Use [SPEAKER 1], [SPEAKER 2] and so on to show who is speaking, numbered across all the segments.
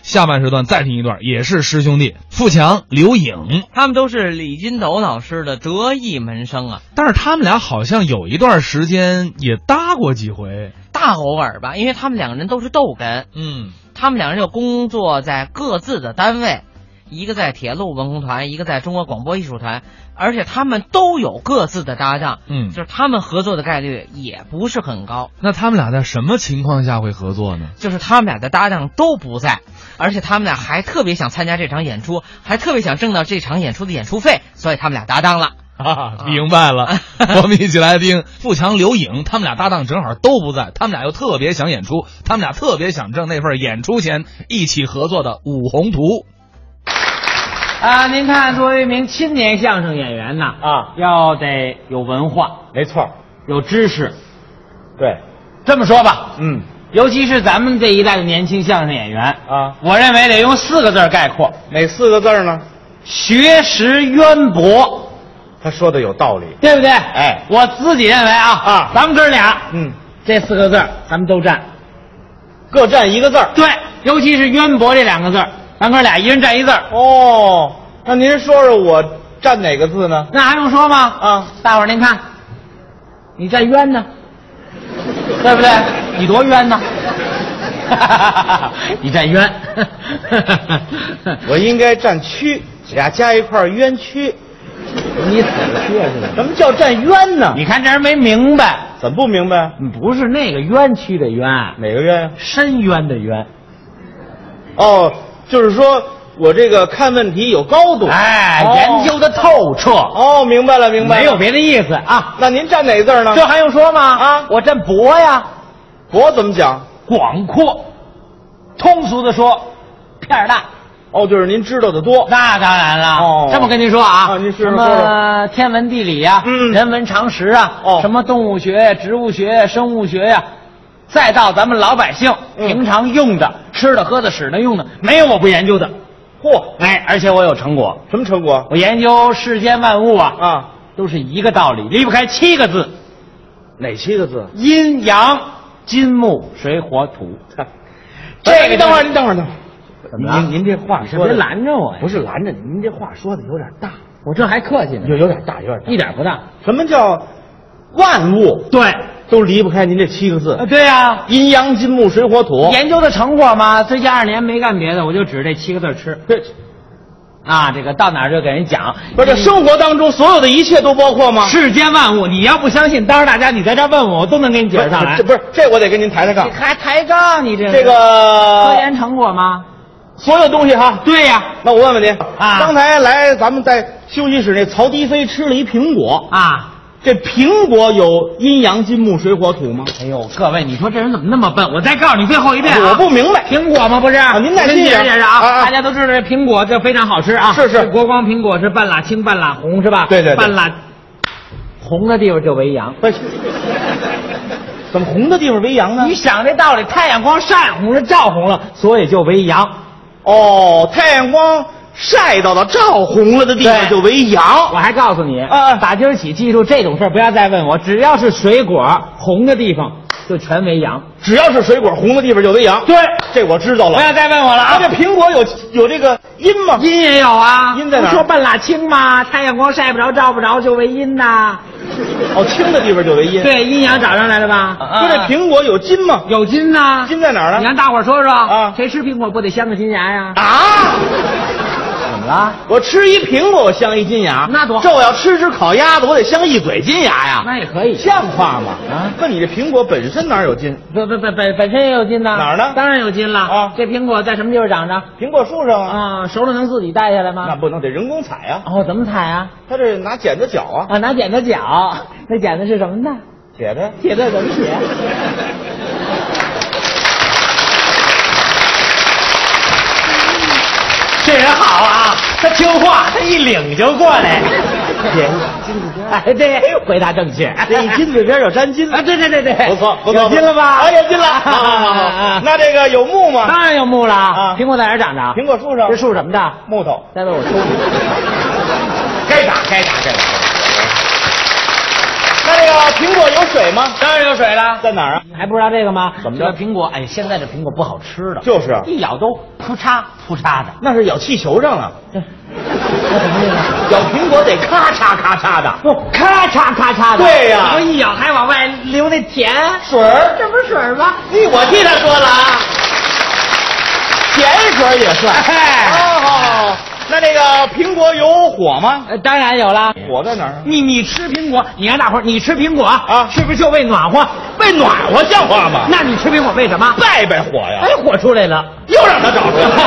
[SPEAKER 1] 下半时段再听一段，也是师兄弟富强、刘颖，
[SPEAKER 2] 他们都是李金斗老师的得意门生啊，
[SPEAKER 1] 但是他们俩好像有一段时间也搭过几回。
[SPEAKER 2] 大偶尔吧，因为他们两个人都是逗哏，
[SPEAKER 1] 嗯，
[SPEAKER 2] 他们两个人又工作在各自的单位，一个在铁路文工团，一个在中国广播艺术团，而且他们都有各自的搭档，
[SPEAKER 1] 嗯
[SPEAKER 2] 就是他们合作的概率也不是很高，
[SPEAKER 1] 那他们俩在什么情况下会合作呢？
[SPEAKER 2] 就是他们俩的搭档都不在，而且他们俩还特别想参加这场演出，还特别想挣到这场演出的演出费，所以他们俩搭档了。
[SPEAKER 1] 啊， 明白了，我们一起来听富强、刘颖，他们俩搭档正好都不在，他们俩又特别想演出，他们俩特别想挣那份演出钱，一起合作的五红图。
[SPEAKER 3] 啊，您看，作为一名青年相声演员呢，
[SPEAKER 4] 啊
[SPEAKER 3] 要得有文化，
[SPEAKER 4] 没错儿，
[SPEAKER 3] 有知识。
[SPEAKER 4] 对，
[SPEAKER 3] 这么说吧，
[SPEAKER 4] 嗯，
[SPEAKER 3] 尤其是咱们这一代的年轻相声演员
[SPEAKER 4] 啊
[SPEAKER 3] 我认为得用四个字儿概括：
[SPEAKER 4] 哪四个字儿呢？
[SPEAKER 3] 学识渊博，
[SPEAKER 4] 他说的有道理。
[SPEAKER 3] 对不对？
[SPEAKER 4] 哎
[SPEAKER 3] 我自己认为啊
[SPEAKER 4] 啊
[SPEAKER 3] 咱们哥俩，
[SPEAKER 4] 嗯，
[SPEAKER 3] 这四个字儿咱们都占。
[SPEAKER 4] 各占一个字儿。
[SPEAKER 3] 对，尤其是渊博这两个字儿，咱哥俩一人占一字儿，
[SPEAKER 4] 哦，那您说说我占哪个字呢？
[SPEAKER 3] 那还用说吗？
[SPEAKER 4] 啊，
[SPEAKER 3] 大伙儿您看，你在冤呢，对不对？你多冤呢？ 你在冤。
[SPEAKER 4] 我应该占屈，俩加一块儿冤屈。
[SPEAKER 3] 你死了去了！
[SPEAKER 4] 什么叫占冤呢？
[SPEAKER 3] 你看这人没明白，
[SPEAKER 4] 怎么不明白？
[SPEAKER 3] 不是那个冤屈的冤，
[SPEAKER 4] 哪个冤呀？
[SPEAKER 3] 深渊的冤。
[SPEAKER 4] 哦，就是说我这个看问题有高度。
[SPEAKER 3] 哎，
[SPEAKER 4] 哦
[SPEAKER 3] 研究的透彻，
[SPEAKER 4] 哦，明白了，明白了。
[SPEAKER 3] 没有别的意思啊。
[SPEAKER 4] 那您占哪个字儿呢？
[SPEAKER 3] 这还用说吗？
[SPEAKER 4] 啊
[SPEAKER 3] 我占博呀，
[SPEAKER 4] 我怎么讲？
[SPEAKER 3] 广阔。通俗的说，片儿大。
[SPEAKER 4] 哦，就是您知道的多。
[SPEAKER 3] 那当然了，
[SPEAKER 4] 哦
[SPEAKER 3] 这么跟您说啊，
[SPEAKER 4] 啊您试试
[SPEAKER 3] 什
[SPEAKER 4] 说
[SPEAKER 3] 么
[SPEAKER 4] 说
[SPEAKER 3] 天文地理呀、
[SPEAKER 4] 嗯
[SPEAKER 3] 人文常识啊，
[SPEAKER 4] 哦
[SPEAKER 3] 什么动物学、植物学、生物学呀、再到咱们老百姓、
[SPEAKER 4] 嗯
[SPEAKER 3] 平常用的、吃的、喝的、使的、用的，没有我不研究
[SPEAKER 4] 哦
[SPEAKER 3] 的。
[SPEAKER 4] 嚯，
[SPEAKER 3] 哎，而且我有成果，
[SPEAKER 4] 什么成果？
[SPEAKER 3] 我研究世间万物啊，
[SPEAKER 4] 啊，
[SPEAKER 3] 都是一个道理，离不开七个字：
[SPEAKER 4] 哪七个字？
[SPEAKER 3] 阴阳、金木水火土。
[SPEAKER 4] 这
[SPEAKER 3] 这个
[SPEAKER 4] 个等
[SPEAKER 3] 就
[SPEAKER 4] 会儿，
[SPEAKER 3] 是
[SPEAKER 4] 哎您等会儿，等会儿。
[SPEAKER 3] 怎么了
[SPEAKER 4] 您您这话
[SPEAKER 3] 你是
[SPEAKER 4] 说
[SPEAKER 3] 别
[SPEAKER 4] 的
[SPEAKER 3] 拦着我呀
[SPEAKER 4] 不是拦着您，您这话说的有点大，
[SPEAKER 3] 我这还客气呢
[SPEAKER 4] 有有点大，有点大。
[SPEAKER 3] 一点不大。
[SPEAKER 4] 什么叫万物
[SPEAKER 3] 对，
[SPEAKER 4] 都离不开您这七个字
[SPEAKER 3] 呃？对呀、
[SPEAKER 4] 阴阳金木水火土。
[SPEAKER 3] 研究的成果嘛，最近二年没干别的，我就指着这七个字儿吃
[SPEAKER 4] 这
[SPEAKER 3] 啊。这个到哪儿就给人讲，
[SPEAKER 4] 不是这生活当中所有的一切都包括吗？
[SPEAKER 3] 世间万物，你要不相信，当着大家你在这儿问我，我都能给你解释上来。
[SPEAKER 4] 这不是这我得跟您抬抬杠
[SPEAKER 3] 你。还抬杠，你这
[SPEAKER 4] 这
[SPEAKER 3] 科
[SPEAKER 4] 个呃
[SPEAKER 3] 研成果吗？
[SPEAKER 4] 所有东西哈，
[SPEAKER 3] 对呀、
[SPEAKER 4] 那我问问您
[SPEAKER 3] 啊
[SPEAKER 4] 刚才来咱们在休息室那曹迪飞吃了一苹果，
[SPEAKER 3] 啊，
[SPEAKER 4] 这苹果有阴阳金木水火土吗？
[SPEAKER 3] 哎呦，各位，你说这人怎么那么笨？我再告诉你最后一遍、啊，
[SPEAKER 4] 我不明白。
[SPEAKER 3] 苹果吗？不是，
[SPEAKER 4] 您耐
[SPEAKER 3] 我跟
[SPEAKER 4] 心
[SPEAKER 3] 你
[SPEAKER 4] 一
[SPEAKER 3] 解
[SPEAKER 4] 点
[SPEAKER 3] 释解释啊！
[SPEAKER 4] 啊啊
[SPEAKER 3] 大家都知道这苹果这非常好吃啊，
[SPEAKER 4] 是是
[SPEAKER 3] 这国光苹果是半拉青半拉红是吧？
[SPEAKER 4] 对对对
[SPEAKER 3] 半拉红的地方就为阳。
[SPEAKER 4] 不是，怎么红的地方为阳呢
[SPEAKER 3] 你？想这道理，太阳光晒红了，照红了，所以就为阳。
[SPEAKER 4] 哦，太阳光晒到了照红了的地方
[SPEAKER 3] 对
[SPEAKER 4] 就为
[SPEAKER 3] 我
[SPEAKER 4] 阳。
[SPEAKER 3] 还告诉你，
[SPEAKER 4] 啊
[SPEAKER 3] 打今儿起记住这种事儿不要再问我，只要是水果红的地方就全为阳。
[SPEAKER 4] 只要是水果红的地方就为阳。
[SPEAKER 3] 对，
[SPEAKER 4] 这我知道
[SPEAKER 3] 不
[SPEAKER 4] 了。
[SPEAKER 3] 要再问我了
[SPEAKER 4] 啊，
[SPEAKER 3] 啊
[SPEAKER 4] 这！苹果有有这个阴吗？
[SPEAKER 3] 阴也有啊，
[SPEAKER 4] 阴在哪儿
[SPEAKER 3] 不说半拉青吗？太阳光晒不着，照不着就为阴呐。
[SPEAKER 4] 哦，青的地方就啊为阴。，
[SPEAKER 3] 对，阴阳找上来了吧？
[SPEAKER 4] 说这苹果有金吗？
[SPEAKER 3] 有金呐，
[SPEAKER 4] 金在哪儿
[SPEAKER 3] 你
[SPEAKER 4] 呢？
[SPEAKER 3] 让大伙儿说说
[SPEAKER 4] 啊
[SPEAKER 3] 谁吃苹果不得镶个金牙呀？
[SPEAKER 4] 啊！
[SPEAKER 3] 怎么了？
[SPEAKER 4] 我吃一苹果，我镶一金牙，
[SPEAKER 3] 那多好
[SPEAKER 4] 这我要吃只烤鸭子，我得镶一嘴金牙呀，
[SPEAKER 3] 那也可以。
[SPEAKER 4] 像话吗？
[SPEAKER 3] 啊
[SPEAKER 4] 那你这苹果本身哪有金？
[SPEAKER 3] 不不不本本身也有金呐，
[SPEAKER 4] 哪儿呢
[SPEAKER 3] 当然有金了
[SPEAKER 4] 啊
[SPEAKER 3] 这苹果在什么地方长着？
[SPEAKER 4] 苹果树上啊，
[SPEAKER 3] 啊，熟了能自己带下来
[SPEAKER 4] 啊那
[SPEAKER 3] 吗？
[SPEAKER 4] 不能得人工采啊，
[SPEAKER 3] 哦，怎么采啊？
[SPEAKER 4] 他这拿剪子绞啊，
[SPEAKER 3] 啊，拿剪子绞，那剪子是什么呢？
[SPEAKER 4] 铁的。
[SPEAKER 3] 铁的怎么写？这人好啊，他听话，他一领就过来。 哎，对，回答正确。
[SPEAKER 4] 这一金里边有沾金
[SPEAKER 3] 啊，对对对对，
[SPEAKER 4] 不错不错，
[SPEAKER 3] 有金了吧？
[SPEAKER 4] 哎，有 金了。好好好好
[SPEAKER 3] 啊，
[SPEAKER 4] 那这个有木吗？
[SPEAKER 3] 当然有木了。
[SPEAKER 4] 啊
[SPEAKER 3] 苹果在哪儿长的？
[SPEAKER 4] 苹果树上
[SPEAKER 3] 这树什么的？
[SPEAKER 4] 木头。
[SPEAKER 3] 待会儿我抽你。
[SPEAKER 4] 该打该打该打。那那个苹果有水吗？
[SPEAKER 3] 当然有水了，
[SPEAKER 4] 在哪儿啊？
[SPEAKER 3] 嗯还不知道这个吗？
[SPEAKER 4] 怎么着
[SPEAKER 3] 这个苹果，哎，现在这苹果不好吃了，
[SPEAKER 4] 就是
[SPEAKER 3] 一咬都扑嚓扑嚓的。
[SPEAKER 4] 那是咬气球上了。
[SPEAKER 3] 那什么意思？
[SPEAKER 4] 咬苹果得咔嚓咔嚓的，
[SPEAKER 3] 不，咔嚓咔嚓的。
[SPEAKER 4] 对呀
[SPEAKER 3] 然后一咬还往外流那甜，
[SPEAKER 4] 水儿，这不是水吗？你我替他说了啊，甜水也算。
[SPEAKER 3] 哎
[SPEAKER 4] 哦，那那个苹果有火吗？
[SPEAKER 3] 呃当然有了。
[SPEAKER 4] 火在哪儿啊？
[SPEAKER 3] 你你吃苹果，你看大伙儿，你吃苹果
[SPEAKER 4] 啊
[SPEAKER 3] 是不是就为暖和？
[SPEAKER 4] 被暖和像话吗？
[SPEAKER 3] 那你吃苹果为什么？
[SPEAKER 4] 拜拜火呀！
[SPEAKER 3] 哎，火出来了。
[SPEAKER 4] 又让他找出来 了。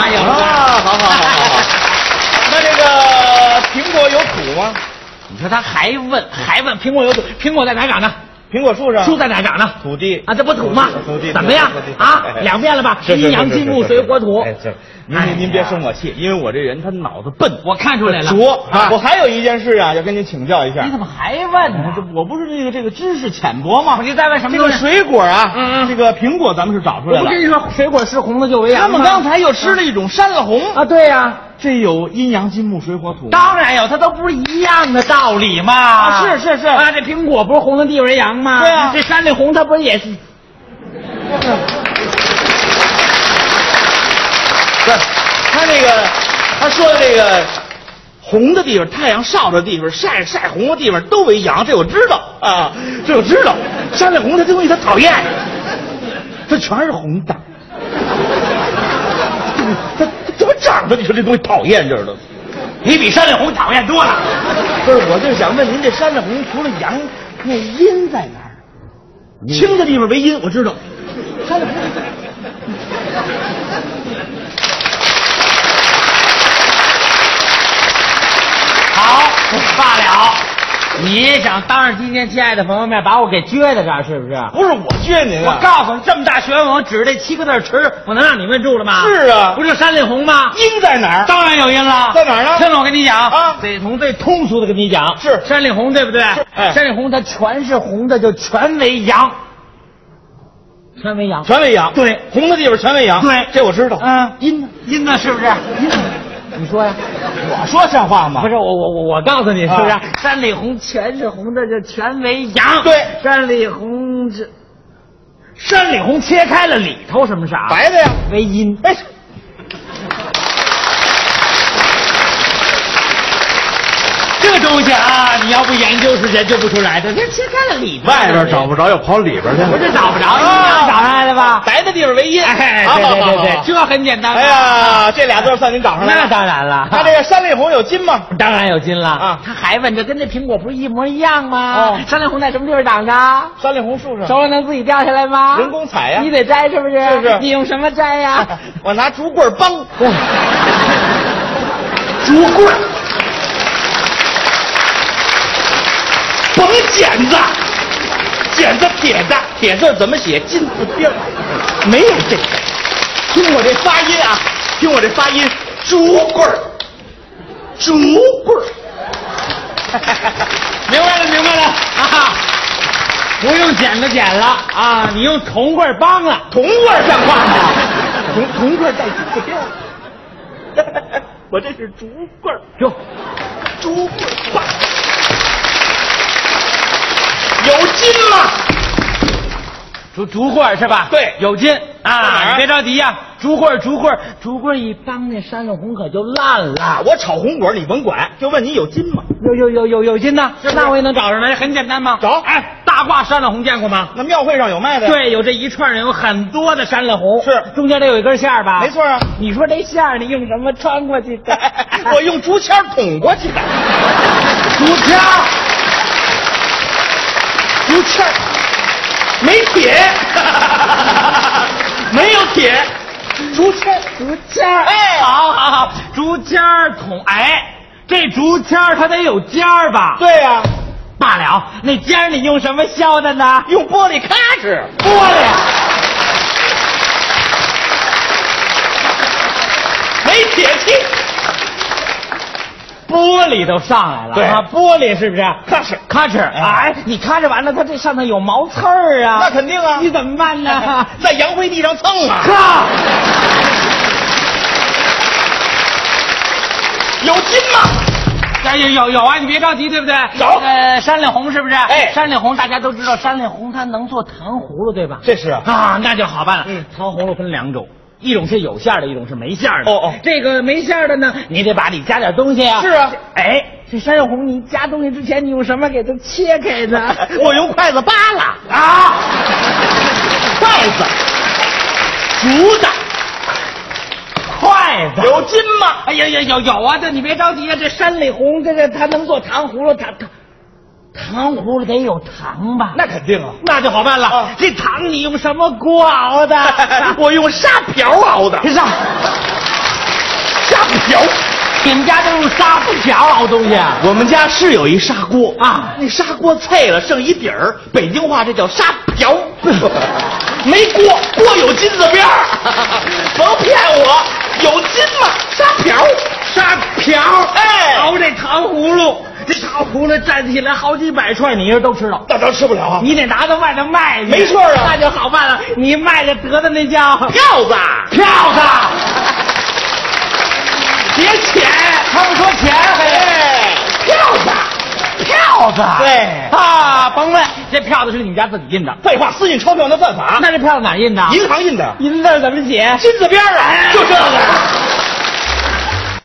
[SPEAKER 3] 哎有了
[SPEAKER 4] 啊，好好好好好。 那这个苹果有土吗？
[SPEAKER 3] 你说他还问还问苹果有土，苹果在哪长呢？
[SPEAKER 4] 苹果树上
[SPEAKER 3] 树在哪长呢？
[SPEAKER 4] 啊土地
[SPEAKER 3] 啊，这不土吗？
[SPEAKER 4] 土地
[SPEAKER 3] 怎么样
[SPEAKER 4] 土地土地
[SPEAKER 3] 啊
[SPEAKER 4] 哎？
[SPEAKER 3] 两遍了吧？
[SPEAKER 4] 是是是
[SPEAKER 3] 阴阳金木
[SPEAKER 4] 是是
[SPEAKER 3] 水火土
[SPEAKER 4] 哎，是。您
[SPEAKER 3] 哎呀
[SPEAKER 4] 您您别生我气，因为我这人他脑子笨，
[SPEAKER 3] 我看出来了。
[SPEAKER 4] 拙
[SPEAKER 3] 啊
[SPEAKER 4] 我，还有一件事啊，要跟您请教一下。
[SPEAKER 3] 你怎么还问呢？
[SPEAKER 4] 这我不是这个这个知识浅薄吗？
[SPEAKER 3] 你再问什么
[SPEAKER 4] 这
[SPEAKER 3] 东
[SPEAKER 4] 个
[SPEAKER 3] 西？
[SPEAKER 4] 水果啊，
[SPEAKER 3] 嗯嗯
[SPEAKER 4] 这个苹果咱们是找出来
[SPEAKER 3] 我不
[SPEAKER 4] 了
[SPEAKER 3] 跟。你说，水果吃红的就为
[SPEAKER 4] 他
[SPEAKER 3] 阳吗？
[SPEAKER 4] 们刚才又吃了一种山了红，
[SPEAKER 3] 啊，对呀，
[SPEAKER 4] 这有阴阳金木水火土吗。
[SPEAKER 3] 当然有，它都不是一样的道理嘛。
[SPEAKER 4] 啊是是是
[SPEAKER 3] 啊，这苹果不是红的地为阳吗？
[SPEAKER 4] 对啊
[SPEAKER 3] 这山里红它不是也是？
[SPEAKER 4] 不是，他那个他说的这个红的地方，太阳照的地方，晒晒红的地方都为阳，这我知道啊，这我知道。山里红的东西他讨厌，这全是红的。这这怎么长的？你说这东西讨厌着的。
[SPEAKER 3] 你比山里红讨厌多了。
[SPEAKER 4] 不是，我就想问您，这山里红除了阳，那阴在哪儿？青的地方为阴，我知道。山里红。
[SPEAKER 3] 好，罢了。你想当着今天亲爱的朋友面把我给撅在这儿是不是？
[SPEAKER 4] 不是我撅您
[SPEAKER 3] 我
[SPEAKER 4] 啊！
[SPEAKER 3] 告诉你，这么大学问，我指着这七个字儿吃，我能让你问住了吗？
[SPEAKER 4] 是啊
[SPEAKER 3] 不就山里红吗？
[SPEAKER 4] 阴在哪儿？
[SPEAKER 3] 当然有音了，
[SPEAKER 4] 在哪儿呢
[SPEAKER 3] 听着，我跟你讲
[SPEAKER 4] 啊
[SPEAKER 3] 得从最通俗的跟你讲，
[SPEAKER 4] 是
[SPEAKER 3] 山里红，对不对？
[SPEAKER 4] 哎
[SPEAKER 3] 山里红它全是红的，就全为阳，全为阳，
[SPEAKER 4] 全为阳，
[SPEAKER 3] 对
[SPEAKER 4] 红的地方全为阳，
[SPEAKER 3] 对
[SPEAKER 4] 这我知道。
[SPEAKER 3] 嗯，
[SPEAKER 4] 阴呢？
[SPEAKER 3] 阴呢是不是？
[SPEAKER 4] 啊
[SPEAKER 3] 阴，你说呀？
[SPEAKER 4] 我说像话吗？
[SPEAKER 3] 不是我我我我告诉你，是不是、
[SPEAKER 4] 啊
[SPEAKER 3] 山里红全是红的，就全为阳。
[SPEAKER 4] 对
[SPEAKER 3] 山里红这，山里红切开了里头什么色啊？
[SPEAKER 4] 白的呀。
[SPEAKER 3] 为阴。
[SPEAKER 4] 哎，
[SPEAKER 3] 这个东西啊，你要不研究是研究不出来的。这切开了里头，
[SPEAKER 4] 不着，又跑里边去
[SPEAKER 3] 不是找不着，你找上来了吧？
[SPEAKER 4] 白的地方为阴。
[SPEAKER 3] 哎，
[SPEAKER 4] 好
[SPEAKER 3] 对
[SPEAKER 4] 好
[SPEAKER 3] 对
[SPEAKER 4] 好
[SPEAKER 3] 对
[SPEAKER 4] 好
[SPEAKER 3] 对，这很简单。
[SPEAKER 4] 哎，呀，这俩字算您找上来了。
[SPEAKER 3] 那当然了。
[SPEAKER 4] 那这个山里红有金吗？
[SPEAKER 3] 当然有金了
[SPEAKER 4] 啊
[SPEAKER 3] 他还问这跟那苹果不是一模一样吗
[SPEAKER 4] 哦？
[SPEAKER 3] 山里红在什么地方长的？
[SPEAKER 4] 山里红树上，
[SPEAKER 3] 手里能自己掉下来吗？
[SPEAKER 4] 人工采呀
[SPEAKER 3] 你得摘是不是？
[SPEAKER 4] 是是
[SPEAKER 3] 你用什么摘呀？
[SPEAKER 4] 我拿竹棍儿梆。
[SPEAKER 3] 竹棍。
[SPEAKER 4] 甭剪子，剪子铁子，铁字怎么写？金字边儿没有这个。听我这发音啊，听我这发音，竹棍儿，竹棍儿。
[SPEAKER 3] 明白了，明白了啊！不用剪子剪了啊，你用铜棍儿帮了。
[SPEAKER 4] 铜棍儿像话吗？铜铜棍儿带金字边儿 我这是竹棍儿，
[SPEAKER 3] 哟，
[SPEAKER 4] 竹棍儿棒。有金吗？
[SPEAKER 3] 竹竹棍儿是吧？
[SPEAKER 4] 对
[SPEAKER 3] 有金
[SPEAKER 4] 哪儿
[SPEAKER 3] 啊！
[SPEAKER 4] 啊
[SPEAKER 3] 你别着急呀、竹棍儿，竹棍儿，竹棍儿一帮，那山里红可就烂
[SPEAKER 4] 啊
[SPEAKER 3] 了，。
[SPEAKER 4] 我炒红果儿你甭管，就问你有金吗？
[SPEAKER 3] 有有有有有金呐，
[SPEAKER 4] 是不是
[SPEAKER 3] 那我也能找上来，很简单嘛。
[SPEAKER 4] 找
[SPEAKER 3] 哎，大褂山里红见过吗？
[SPEAKER 4] 那庙会上有卖的呀，
[SPEAKER 3] 对，有这一串儿有很多的山里红，
[SPEAKER 4] 是
[SPEAKER 3] 中间得有一根线儿吧？
[SPEAKER 4] 没错啊。？
[SPEAKER 3] 你说这线儿你用什么穿过去的
[SPEAKER 4] 我用竹签儿捅过去的，
[SPEAKER 3] 竹签儿。
[SPEAKER 4] 竹签儿没铁，没有铁，竹签儿
[SPEAKER 3] 竹签儿，
[SPEAKER 4] 哎
[SPEAKER 3] 好好好，竹签儿筒，哎，这竹签儿它得有尖儿吧？，
[SPEAKER 4] 对啊呀、
[SPEAKER 3] 罢了，那尖儿你用什么削的呢？
[SPEAKER 4] 用玻璃咔哧，
[SPEAKER 3] 玻璃。
[SPEAKER 4] 没铁器，
[SPEAKER 3] 玻璃都上来了，
[SPEAKER 4] 对
[SPEAKER 3] 啊，玻璃是不是？
[SPEAKER 4] 咔哧
[SPEAKER 3] 咔哧，哎，你咔哧完了，它这上头有毛刺儿啊，
[SPEAKER 4] 那肯定啊
[SPEAKER 3] 你怎么办呢？
[SPEAKER 4] 在洋灰地上蹭啊，
[SPEAKER 3] 咔，
[SPEAKER 4] 有金吗？
[SPEAKER 3] 哎有有有啊，你别着急，对不对？
[SPEAKER 4] 有
[SPEAKER 3] 呃，山里红是不是？
[SPEAKER 4] 哎
[SPEAKER 3] 山里红大家都知道，山里红它能做糖葫芦，对吧？
[SPEAKER 4] 这是
[SPEAKER 3] 啊，那就好办了。
[SPEAKER 4] 嗯
[SPEAKER 3] 糖葫芦分两种。一种是有馅儿的，一种是没馅儿的。
[SPEAKER 4] 哦哦
[SPEAKER 3] 这个没馅儿的呢，你得里加点东西啊。
[SPEAKER 4] 是啊，
[SPEAKER 3] 哎，这山里红你加东西之前，你用什么给它切开呢？
[SPEAKER 4] 我用筷子扒拉，
[SPEAKER 3] 啊，
[SPEAKER 4] 筷子，竹子，
[SPEAKER 3] 筷子。
[SPEAKER 4] 有筋吗？
[SPEAKER 3] 哎呀呀，有有啊，这你别着急啊，这山里红，这个它能做糖葫芦，它它糖葫芦得有糖吧？
[SPEAKER 4] 那肯定啊，
[SPEAKER 3] 那就好办了，
[SPEAKER 4] 啊
[SPEAKER 3] 这糖你用什么锅熬 的？
[SPEAKER 4] 我用沙瓢熬 的，
[SPEAKER 3] 上，
[SPEAKER 4] 沙瓢。
[SPEAKER 3] 你们家都用砂瓢熬东西啊？
[SPEAKER 4] 我们家是有一砂锅
[SPEAKER 3] 啊
[SPEAKER 4] 那砂锅碎了剩一底儿，北京话这叫砂瓢， 没锅，锅有金字边 儿，甭骗我，有金吗？砂瓢，
[SPEAKER 3] 砂瓢，
[SPEAKER 4] 哎
[SPEAKER 3] 熬这糖葫芦，这糖葫芦站起来好几百串，你一人都吃了。
[SPEAKER 4] 那咱吃不了啊
[SPEAKER 3] 你得拿到外头卖去，
[SPEAKER 4] 没错啊
[SPEAKER 3] 那就好办了。你卖的得的那叫
[SPEAKER 4] 票子，
[SPEAKER 3] 票子。
[SPEAKER 4] 别钱，
[SPEAKER 3] 他们说钱
[SPEAKER 4] 哎，
[SPEAKER 3] 票子，票子，
[SPEAKER 4] 对
[SPEAKER 3] 啊，甭问，这票子是你们家自己印的，
[SPEAKER 4] 废话，私印钞票那犯法，
[SPEAKER 3] 那这票子哪印的？
[SPEAKER 4] 啊银行印的，
[SPEAKER 3] 银字儿怎么写？
[SPEAKER 4] 金字边儿啊，就这个。